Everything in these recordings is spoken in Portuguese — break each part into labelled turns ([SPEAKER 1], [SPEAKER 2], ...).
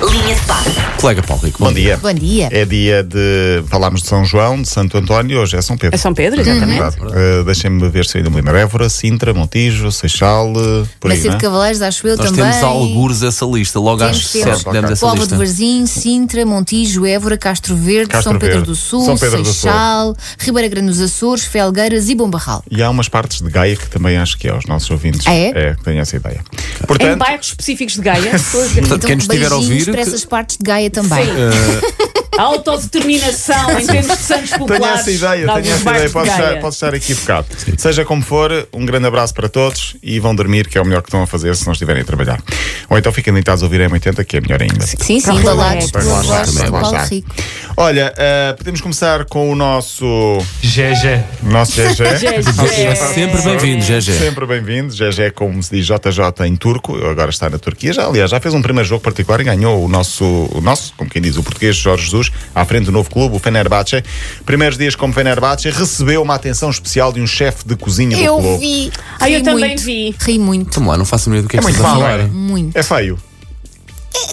[SPEAKER 1] Linha de passe.
[SPEAKER 2] Colega Paulo Rico,
[SPEAKER 3] Bom dia.
[SPEAKER 4] Bom dia.
[SPEAKER 3] É dia de. Falámos de São João, de Santo António, hoje é São Pedro.
[SPEAKER 5] É São Pedro, exatamente.
[SPEAKER 3] Verdade. Eh, Deixem-me ver se ainda me lembro. Évora, Sintra, Montijo, Seixal, eh, por aí,
[SPEAKER 4] Macio
[SPEAKER 3] né?
[SPEAKER 4] de Cavaleiros, acho eu
[SPEAKER 2] Nós
[SPEAKER 4] também.
[SPEAKER 2] temos algures essa lista, logo às
[SPEAKER 4] Temos, temos.
[SPEAKER 2] 7 demos essa
[SPEAKER 4] Povo de
[SPEAKER 2] lista.
[SPEAKER 4] Varzim, Sintra, Montijo, Évora, Castro Verde,
[SPEAKER 3] Castro
[SPEAKER 4] São Pedro
[SPEAKER 3] Verde,
[SPEAKER 4] do Sul,
[SPEAKER 3] São Pedro do Sul.
[SPEAKER 4] Seixal, Ribeira Grande dos Açores, Felgueiras e Bombarral.
[SPEAKER 3] E há umas partes de Gaia que também acho que é aos nossos ouvintes.
[SPEAKER 4] Ah, é?
[SPEAKER 3] É, tenho essa ideia.
[SPEAKER 5] Em
[SPEAKER 3] Portanto,
[SPEAKER 5] bairros específicos de Gaia, estou a ver.
[SPEAKER 2] Portanto, quem nos estiver a
[SPEAKER 4] Então, beijinhos
[SPEAKER 2] ouvir.
[SPEAKER 4] para
[SPEAKER 2] que-
[SPEAKER 4] essas partes de Gaia também.
[SPEAKER 5] Sim. A autodeterminação em termos de santos
[SPEAKER 3] Eh, tenho
[SPEAKER 5] populares.
[SPEAKER 3] essa ideia,
[SPEAKER 5] de
[SPEAKER 3] tenho
[SPEAKER 5] alguns
[SPEAKER 3] essa ideia.
[SPEAKER 5] bairros de
[SPEAKER 3] Posso estar,
[SPEAKER 5] Gaia.
[SPEAKER 3] posso estar equivocado. Seja como for, um grande abraço para todos e vão dormir, que é o melhor que estão a fazer se não estiverem a trabalhar. Ou então fiquem deitados a ouvir M80, que é melhor ainda.
[SPEAKER 4] Sim, sim,
[SPEAKER 5] Para
[SPEAKER 4] balados pela
[SPEAKER 5] relaxar,
[SPEAKER 3] para relaxar,
[SPEAKER 4] voz de
[SPEAKER 3] para
[SPEAKER 4] Paulo
[SPEAKER 3] relaxar.
[SPEAKER 4] Rico.
[SPEAKER 3] Olha, eh, podemos começar com o nosso.
[SPEAKER 6] GG.
[SPEAKER 3] Nosso GG.
[SPEAKER 2] É sempre bem-vindo, GG.
[SPEAKER 3] Sempre bem-vindo. GG, como se diz JJ em turco, agora está na Turquia. Já, aliás, já fez um primeiro jogo particular e ganhou o nosso, o nosso, como quem diz, o português Jorge Jesus, à frente do novo clube, o Fenerbahçe. Primeiros dias como Fenerbahçe, recebeu uma atenção especial de um chefe de cozinha do
[SPEAKER 4] Eu
[SPEAKER 3] clube.
[SPEAKER 4] vi.
[SPEAKER 5] Ah, eu
[SPEAKER 4] ri
[SPEAKER 5] também
[SPEAKER 4] muito,
[SPEAKER 5] vi.
[SPEAKER 4] Ri muito.
[SPEAKER 2] Vamos lá, não faço ideia do que é
[SPEAKER 3] É
[SPEAKER 2] que
[SPEAKER 3] muito
[SPEAKER 2] estás a
[SPEAKER 3] mal,
[SPEAKER 2] falar.
[SPEAKER 3] é?
[SPEAKER 4] Muito.
[SPEAKER 3] É feio.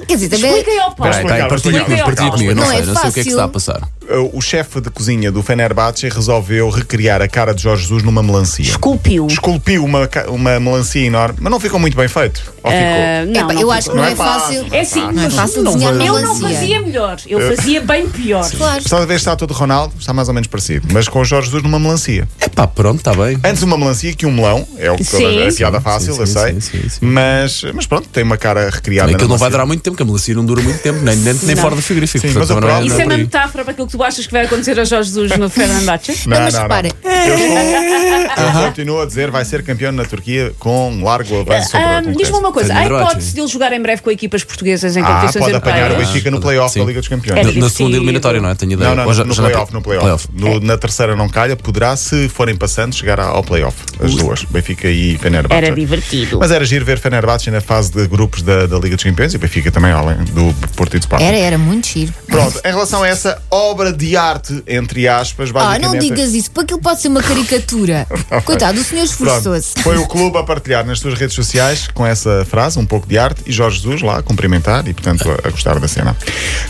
[SPEAKER 4] Quer dizer, também.
[SPEAKER 5] Expliquei ao
[SPEAKER 2] Espera aí,
[SPEAKER 5] Paulo.
[SPEAKER 2] tá aí, partilha
[SPEAKER 3] explicar, vamos
[SPEAKER 2] comigo,
[SPEAKER 5] explicar.
[SPEAKER 2] partilha comigo, eu não
[SPEAKER 4] Não é
[SPEAKER 2] sei, não sei o que é que
[SPEAKER 4] fácil.
[SPEAKER 2] está a passar.
[SPEAKER 3] Uh, O chefe de cozinha do Fenerbahçe resolveu recriar a cara de Jorge Jesus numa melancia.
[SPEAKER 5] Esculpiu.
[SPEAKER 3] Esculpiu uma, ca- uma melancia enorme, mas não ficou muito bem feito. Ou
[SPEAKER 5] Ah,
[SPEAKER 3] ficou?
[SPEAKER 5] não,
[SPEAKER 4] Epá,
[SPEAKER 5] não
[SPEAKER 4] eu
[SPEAKER 5] ficou.
[SPEAKER 4] acho que
[SPEAKER 3] Não
[SPEAKER 4] não
[SPEAKER 3] é
[SPEAKER 4] é
[SPEAKER 3] fácil.
[SPEAKER 4] fácil.
[SPEAKER 5] É sim,
[SPEAKER 4] Não é
[SPEAKER 5] mas
[SPEAKER 4] fácil
[SPEAKER 2] não
[SPEAKER 4] desenhar
[SPEAKER 2] vai-
[SPEAKER 5] eu não
[SPEAKER 4] melancia.
[SPEAKER 5] fazia melhor, eu
[SPEAKER 3] Eh,
[SPEAKER 5] fazia bem pior.
[SPEAKER 4] Claro.
[SPEAKER 3] Está a ver a estátua de Ronaldo, está mais ou menos parecido, mas com o Jorge Jesus numa melancia.
[SPEAKER 2] Epá, pronto, está bem.
[SPEAKER 3] Antes uma melancia que um melão, é o que toda
[SPEAKER 5] Sim.
[SPEAKER 3] é piada fácil,
[SPEAKER 2] sim,
[SPEAKER 3] eu
[SPEAKER 2] sim,
[SPEAKER 3] sei.
[SPEAKER 2] sim, sim, sim.
[SPEAKER 3] Mas, mas pronto, tem uma cara recriada.
[SPEAKER 2] Aquilo
[SPEAKER 3] na
[SPEAKER 2] não vai
[SPEAKER 3] melancia.
[SPEAKER 2] durar muito tempo, que a melancia não dura muito tempo, nem dentro nem
[SPEAKER 5] Não.
[SPEAKER 2] fora do frigorífico.
[SPEAKER 3] Sim,
[SPEAKER 2] portanto,
[SPEAKER 3] mas o
[SPEAKER 2] também não
[SPEAKER 3] problema-
[SPEAKER 5] Isso é
[SPEAKER 2] não
[SPEAKER 5] uma
[SPEAKER 2] por aí.
[SPEAKER 5] metáfora para aquilo que tu achas que vai acontecer a Jorge Jesus no Fernandes.
[SPEAKER 3] Não,
[SPEAKER 4] Mas
[SPEAKER 3] não, não.
[SPEAKER 4] repara.
[SPEAKER 3] Eu, sou- eu continuo a dizer, vai ser campeão na Turquia com largo avanço sobre a concorrência.
[SPEAKER 5] Ah, Diz-me uma coisa, há
[SPEAKER 2] Fernando
[SPEAKER 5] hipótese
[SPEAKER 2] Rocha.
[SPEAKER 5] de ele jogar em breve com equipas portuguesas em
[SPEAKER 3] Ah,
[SPEAKER 5] competições
[SPEAKER 3] pode apanhar o
[SPEAKER 5] europeias?
[SPEAKER 3] Benfica no playoff da Liga dos Campeões.
[SPEAKER 5] É
[SPEAKER 2] Na- Na
[SPEAKER 5] divertido.
[SPEAKER 2] segunda eliminatória, não é? Tenho ideia.
[SPEAKER 3] Não, não,
[SPEAKER 2] Ou já-
[SPEAKER 3] no
[SPEAKER 2] já É. na-
[SPEAKER 3] playoff, no playoff. No- Na terceira não calha, poderá, se forem passando, chegar ao playoff. As duas, Benfica e Fenerbahçe.
[SPEAKER 5] Era divertido.
[SPEAKER 3] Mas era giro ver Fenerbahçe na fase de grupos da, da Liga dos Campeões e Benfica também, além do Porto e do Sporting.
[SPEAKER 4] Era, era muito giro.
[SPEAKER 3] Pronto, em relação a essa obra de arte, entre aspas,
[SPEAKER 4] Ah,
[SPEAKER 3] basicamente... é
[SPEAKER 4] não digas isso, porque aquilo pode ser uma caricatura. Coitado, o senhor
[SPEAKER 3] Pronto,
[SPEAKER 4] esforçou-se.
[SPEAKER 3] foi o clube a partilhar nas suas redes sociais com essa frase, um pouco de arte, e Jorge Jesus lá a cumprimentar e, portanto, a, a gostar da cena.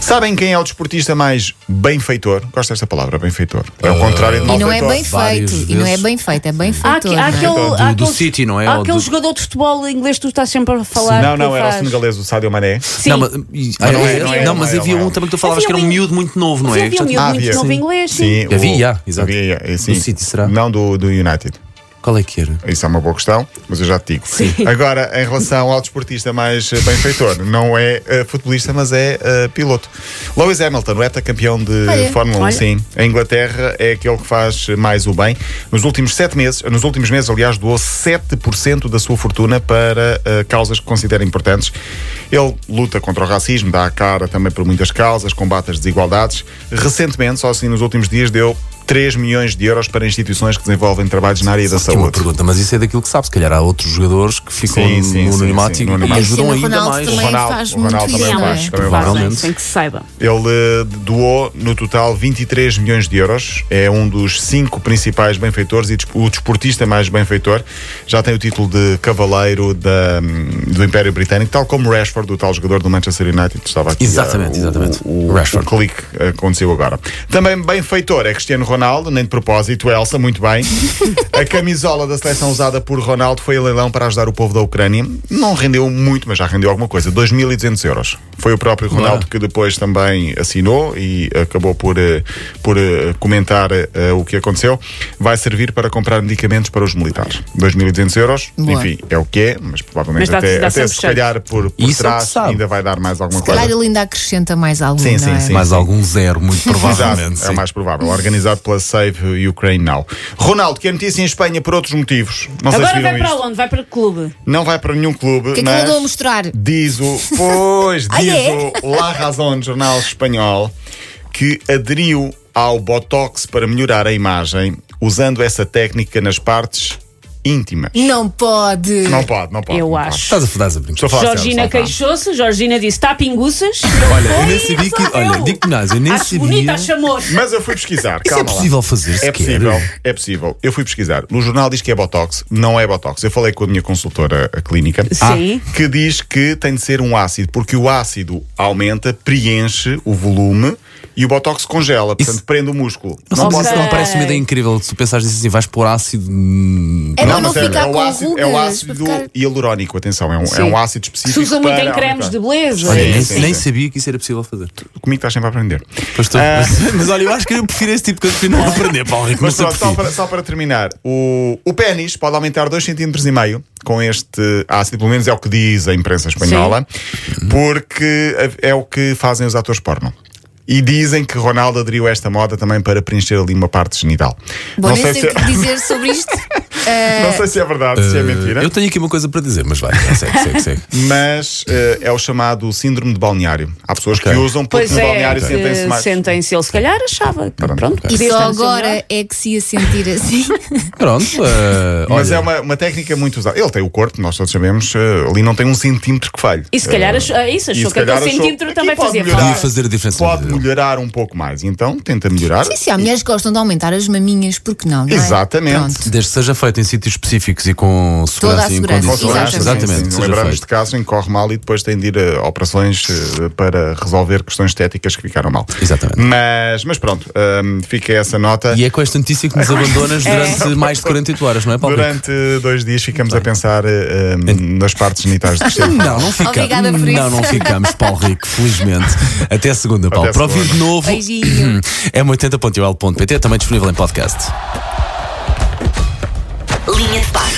[SPEAKER 3] Sabem quem é o desportista mais benfeitor? Gosto desta palavra, benfeitor. É o contrário de
[SPEAKER 4] E não
[SPEAKER 3] malfeitor.
[SPEAKER 4] é bem
[SPEAKER 2] Várias
[SPEAKER 4] feito. E não é
[SPEAKER 2] vezes.
[SPEAKER 4] bem feito, é bem
[SPEAKER 5] Há,
[SPEAKER 4] feito.
[SPEAKER 5] aqui- há aquele,
[SPEAKER 3] Do-
[SPEAKER 5] há
[SPEAKER 2] do
[SPEAKER 5] aqueles-
[SPEAKER 2] City, não é?
[SPEAKER 5] Há
[SPEAKER 2] Ou
[SPEAKER 5] aquele
[SPEAKER 2] do-
[SPEAKER 5] jogador de futebol inglês que tu estás sempre a falar.
[SPEAKER 3] Não,
[SPEAKER 5] que
[SPEAKER 3] não, era um o
[SPEAKER 5] faz.
[SPEAKER 3] senegalês, o Sadio Mané.
[SPEAKER 2] Sim. Não, mas, e- ah,
[SPEAKER 3] não é,
[SPEAKER 2] é-
[SPEAKER 3] não é,
[SPEAKER 2] não,
[SPEAKER 3] não
[SPEAKER 2] mas
[SPEAKER 3] é,
[SPEAKER 2] havia
[SPEAKER 3] não é.
[SPEAKER 2] um também que tu falavas que era um
[SPEAKER 5] Havia um-
[SPEAKER 2] miúdo muito novo, não
[SPEAKER 5] Mas
[SPEAKER 2] é?
[SPEAKER 5] havia um
[SPEAKER 2] Portanto,
[SPEAKER 5] miúdo muito
[SPEAKER 3] Ah, havia.
[SPEAKER 5] novo
[SPEAKER 3] Sim.
[SPEAKER 5] inglês.
[SPEAKER 3] Sim,
[SPEAKER 2] Havia, yeah, exato.
[SPEAKER 3] Havia, eh, sim.
[SPEAKER 2] Do City, será?
[SPEAKER 3] Não, do, do United.
[SPEAKER 2] Qual é que era?
[SPEAKER 3] Isso é uma boa questão, mas eu já te digo. Agora, em relação ao desportista mais eh, benfeitor, não é eh, futebolista, mas é eh, piloto. Lewis Hamilton, o heptacampeão de
[SPEAKER 4] Olha,
[SPEAKER 3] Fórmula 1,
[SPEAKER 5] olha.
[SPEAKER 3] sim. A Inglaterra é aquele que faz mais o bem. Nos últimos sete meses, nos últimos meses, aliás, doou 7% da sua fortuna para eh, causas que considera importantes. Ele luta contra o racismo, dá a cara também por muitas causas, combate as desigualdades. Recentemente, só assim nos últimos dias, deu 3 milhões de euros para instituições que desenvolvem trabalhos na área da
[SPEAKER 2] Tinha uma
[SPEAKER 3] saúde.
[SPEAKER 2] pergunta, mas isso é daquilo que sabe. Se calhar há outros jogadores que ficam
[SPEAKER 3] Sim, sim, sim,
[SPEAKER 2] no anonimato
[SPEAKER 3] sim,
[SPEAKER 2] e
[SPEAKER 3] no
[SPEAKER 2] que
[SPEAKER 3] anonimato.
[SPEAKER 2] ajudam
[SPEAKER 4] Cristiano
[SPEAKER 2] ainda
[SPEAKER 4] Ronaldo
[SPEAKER 2] mais.
[SPEAKER 4] também
[SPEAKER 3] Ronaldo,
[SPEAKER 4] faz
[SPEAKER 3] o Ronaldo
[SPEAKER 4] muito
[SPEAKER 3] também
[SPEAKER 4] isso, não
[SPEAKER 3] faz, um
[SPEAKER 4] é?
[SPEAKER 3] também faz.
[SPEAKER 2] Provavelmente.
[SPEAKER 5] Sem que se saiba.
[SPEAKER 3] Ele eh, doou no total 23 milhões de euros. É um dos cinco principais benfeitores e desp- o desportista mais benfeitor. Já tem o título de cavaleiro da, hum, do Império Britânico, tal como Rashford, o tal jogador do Manchester United, estava aqui.
[SPEAKER 2] Exatamente,
[SPEAKER 3] ah, o-
[SPEAKER 2] exatamente.
[SPEAKER 3] O, o
[SPEAKER 2] Rashford.
[SPEAKER 3] clique eh, aconteceu agora. Também benfeitor é Cristiano Ronaldo, nem de propósito, Elsa, muito bem. A camisola da seleção usada por Ronaldo foi a leilão para ajudar o povo da Ucrânia. Não rendeu muito, mas já rendeu alguma coisa. 2.200 euros. Foi o próprio Ronaldo
[SPEAKER 2] Bora.
[SPEAKER 3] que depois também assinou e acabou por, eh, por eh, comentar eh, o que aconteceu. Vai servir para comprar medicamentos para os militares. 2.200 euros,
[SPEAKER 4] Boa.
[SPEAKER 3] enfim, é o que é, mas provavelmente
[SPEAKER 5] Mas dá-
[SPEAKER 3] até,
[SPEAKER 5] dá
[SPEAKER 3] até
[SPEAKER 5] sempre
[SPEAKER 3] se
[SPEAKER 5] jeito.
[SPEAKER 3] calhar por, por
[SPEAKER 2] Isso é o que
[SPEAKER 3] trás
[SPEAKER 2] sabe.
[SPEAKER 3] ainda vai dar mais alguma
[SPEAKER 4] Se calhar
[SPEAKER 3] coisa.
[SPEAKER 4] ele ainda acrescenta mais algum,
[SPEAKER 3] Sim, sim,
[SPEAKER 4] não é?
[SPEAKER 3] sim.
[SPEAKER 2] Mais algum zero, muito provavelmente.
[SPEAKER 3] Exato, é o
[SPEAKER 2] sim.
[SPEAKER 3] mais provável. Organizado pela Save Ukraine Now. Ronaldo, que é notícia em Espanha por outros motivos. Não sei se
[SPEAKER 5] Agora
[SPEAKER 3] viram
[SPEAKER 5] vai
[SPEAKER 3] isto.
[SPEAKER 5] para onde? Vai para o clube.
[SPEAKER 3] Não vai para nenhum
[SPEAKER 4] que
[SPEAKER 3] clube.
[SPEAKER 4] é que ele
[SPEAKER 3] mas
[SPEAKER 4] andou a mostrar?
[SPEAKER 3] Diz o. Pois,
[SPEAKER 4] Ah,
[SPEAKER 3] diz
[SPEAKER 4] é?
[SPEAKER 3] o La Razón, jornal espanhol, que aderiu ao Botox para melhorar a imagem, usando essa técnica nas partes íntimas.
[SPEAKER 4] Não pode.
[SPEAKER 3] Não pode, não pode.
[SPEAKER 5] Eu
[SPEAKER 3] não
[SPEAKER 5] acho.
[SPEAKER 2] Estás a fodar a brincar.
[SPEAKER 3] Estou a falar sério,
[SPEAKER 5] Georgina
[SPEAKER 3] estou a falar.
[SPEAKER 5] queixou-se, Georgina disse: está pinguças.
[SPEAKER 2] Olha, eu nem sabia que. Olha, digo-te nada, eu nem
[SPEAKER 5] Acho bonita,
[SPEAKER 2] sabia.
[SPEAKER 5] acho amor.
[SPEAKER 3] Mas eu fui pesquisar.
[SPEAKER 2] Isso é
[SPEAKER 3] calma lá.
[SPEAKER 2] possível fazer
[SPEAKER 3] É
[SPEAKER 2] sequer.
[SPEAKER 3] possível, é possível. Eu fui pesquisar. O jornal diz que é Botox, não é Botox. Eu falei com a minha consultora a clínica
[SPEAKER 5] Sim.
[SPEAKER 3] que diz que tem de ser um ácido, porque o ácido aumenta, preenche o volume e o Botox congela, portanto
[SPEAKER 2] Isso-
[SPEAKER 3] prende o músculo.
[SPEAKER 2] Não sei,
[SPEAKER 5] Ok.
[SPEAKER 2] mas isso não parece uma ideia incrível. Se tu pensares nisso assim, vais pôr ácido. hum,
[SPEAKER 4] É para não
[SPEAKER 3] mas é,
[SPEAKER 4] ficar
[SPEAKER 3] é o
[SPEAKER 4] com
[SPEAKER 3] ácido,
[SPEAKER 4] rugas.
[SPEAKER 3] é o ácido
[SPEAKER 4] para ficar-
[SPEAKER 3] hialurónico, atenção, é um, é
[SPEAKER 5] Sim.
[SPEAKER 3] um ácido específico.
[SPEAKER 5] Se usa muito
[SPEAKER 3] para
[SPEAKER 5] em cremes
[SPEAKER 3] aumentar.
[SPEAKER 5] de beleza.
[SPEAKER 2] Olha,
[SPEAKER 3] Sim,
[SPEAKER 2] nem,
[SPEAKER 3] sim,
[SPEAKER 2] nem
[SPEAKER 3] sim.
[SPEAKER 2] sabia que isso era possível fazer.
[SPEAKER 3] Comigo estás sempre a aprender.
[SPEAKER 2] Pois estou- mas, mas olha, eu acho que eu prefiro esse tipo de coisa que não aprender, Paulo Rico.
[SPEAKER 3] Ah. Mas
[SPEAKER 2] Mas,
[SPEAKER 3] pronto, só para, só para terminar, o, o pênis pode aumentar 2,5 cm com este ácido, pelo menos é o que diz a imprensa espanhola, porque é o que fazem os atores porno. E dizem que Ronaldo aderiu a esta moda também para preencher ali uma parte genital.
[SPEAKER 4] Bom,
[SPEAKER 3] não,
[SPEAKER 4] nem
[SPEAKER 3] sei
[SPEAKER 4] sei
[SPEAKER 3] se
[SPEAKER 4] o que
[SPEAKER 3] é,
[SPEAKER 4] dizer sobre isto.
[SPEAKER 3] não sei se é verdade, se é mentira.
[SPEAKER 2] Eh, Eu tenho aqui uma coisa para dizer, mas vai, já segue, segue, segue.
[SPEAKER 3] Mas eh, é o chamado síndrome de balneário. Há pessoas que
[SPEAKER 2] Ok.
[SPEAKER 3] usam porque
[SPEAKER 5] Pois
[SPEAKER 3] no
[SPEAKER 5] é,
[SPEAKER 3] balneário
[SPEAKER 5] que
[SPEAKER 3] sentem-se mais.
[SPEAKER 5] sentem-se. Ele se calhar achava. que, Pronto,
[SPEAKER 4] E
[SPEAKER 5] podia
[SPEAKER 4] só
[SPEAKER 5] estar-se melhor.
[SPEAKER 4] agora é que se ia sentir assim.
[SPEAKER 2] Pronto, eh,
[SPEAKER 3] Mas
[SPEAKER 2] olha,
[SPEAKER 3] é uma, uma técnica muito usada. Ele tem o corpo, nós todos sabemos, eh, ali não tem um centímetro que falhe.
[SPEAKER 5] E se calhar
[SPEAKER 3] Eh,
[SPEAKER 5] achou, é
[SPEAKER 3] E
[SPEAKER 5] isso, achou
[SPEAKER 3] se
[SPEAKER 5] que aquele
[SPEAKER 3] calhar achou-
[SPEAKER 5] centímetro
[SPEAKER 3] aqui
[SPEAKER 5] também
[SPEAKER 3] pode
[SPEAKER 5] fazia
[SPEAKER 3] melhorar.
[SPEAKER 2] podia
[SPEAKER 5] falta.
[SPEAKER 2] fazer a diferença. na
[SPEAKER 3] é pode
[SPEAKER 2] vida dele.
[SPEAKER 3] melhorar um pouco mais. Então tenta melhorar.
[SPEAKER 4] Sim, sim, há mulheres que gostam de aumentar as maminhas, porque não? não é?
[SPEAKER 3] Exatamente.
[SPEAKER 4] Pronto.
[SPEAKER 2] Desde que seja feito em sítios específicos e com segurança e em
[SPEAKER 4] segurança,
[SPEAKER 2] condições.
[SPEAKER 4] exatamente.
[SPEAKER 2] Exatamente,
[SPEAKER 3] assim? Sim,
[SPEAKER 2] seja
[SPEAKER 3] Lembramos de
[SPEAKER 2] feito.
[SPEAKER 3] casos em que corre mal e depois tem de ir a operações eh, para resolver questões estéticas que ficaram mal.
[SPEAKER 2] Exatamente.
[SPEAKER 3] Mas, mas pronto, hum, fica essa nota.
[SPEAKER 2] E é com esta notícia que nos abandonas
[SPEAKER 4] É.
[SPEAKER 2] durante mais de 48 horas, não é, Paulo? Rico?
[SPEAKER 3] Durante dois dias ficamos a pensar eh, hum, nas partes genitais do Cristiano.
[SPEAKER 2] Não, não ficamos.
[SPEAKER 4] Obrigada por
[SPEAKER 2] Não,
[SPEAKER 4] isso.
[SPEAKER 2] não ficamos, Paulo Rico, felizmente. Até segunda, Paulo. Para ouvir de
[SPEAKER 3] segunda.
[SPEAKER 2] novo,
[SPEAKER 4] Beijinho.
[SPEAKER 2] é 80.ol.pt, também disponível em podcast.
[SPEAKER 1] Linha de passe.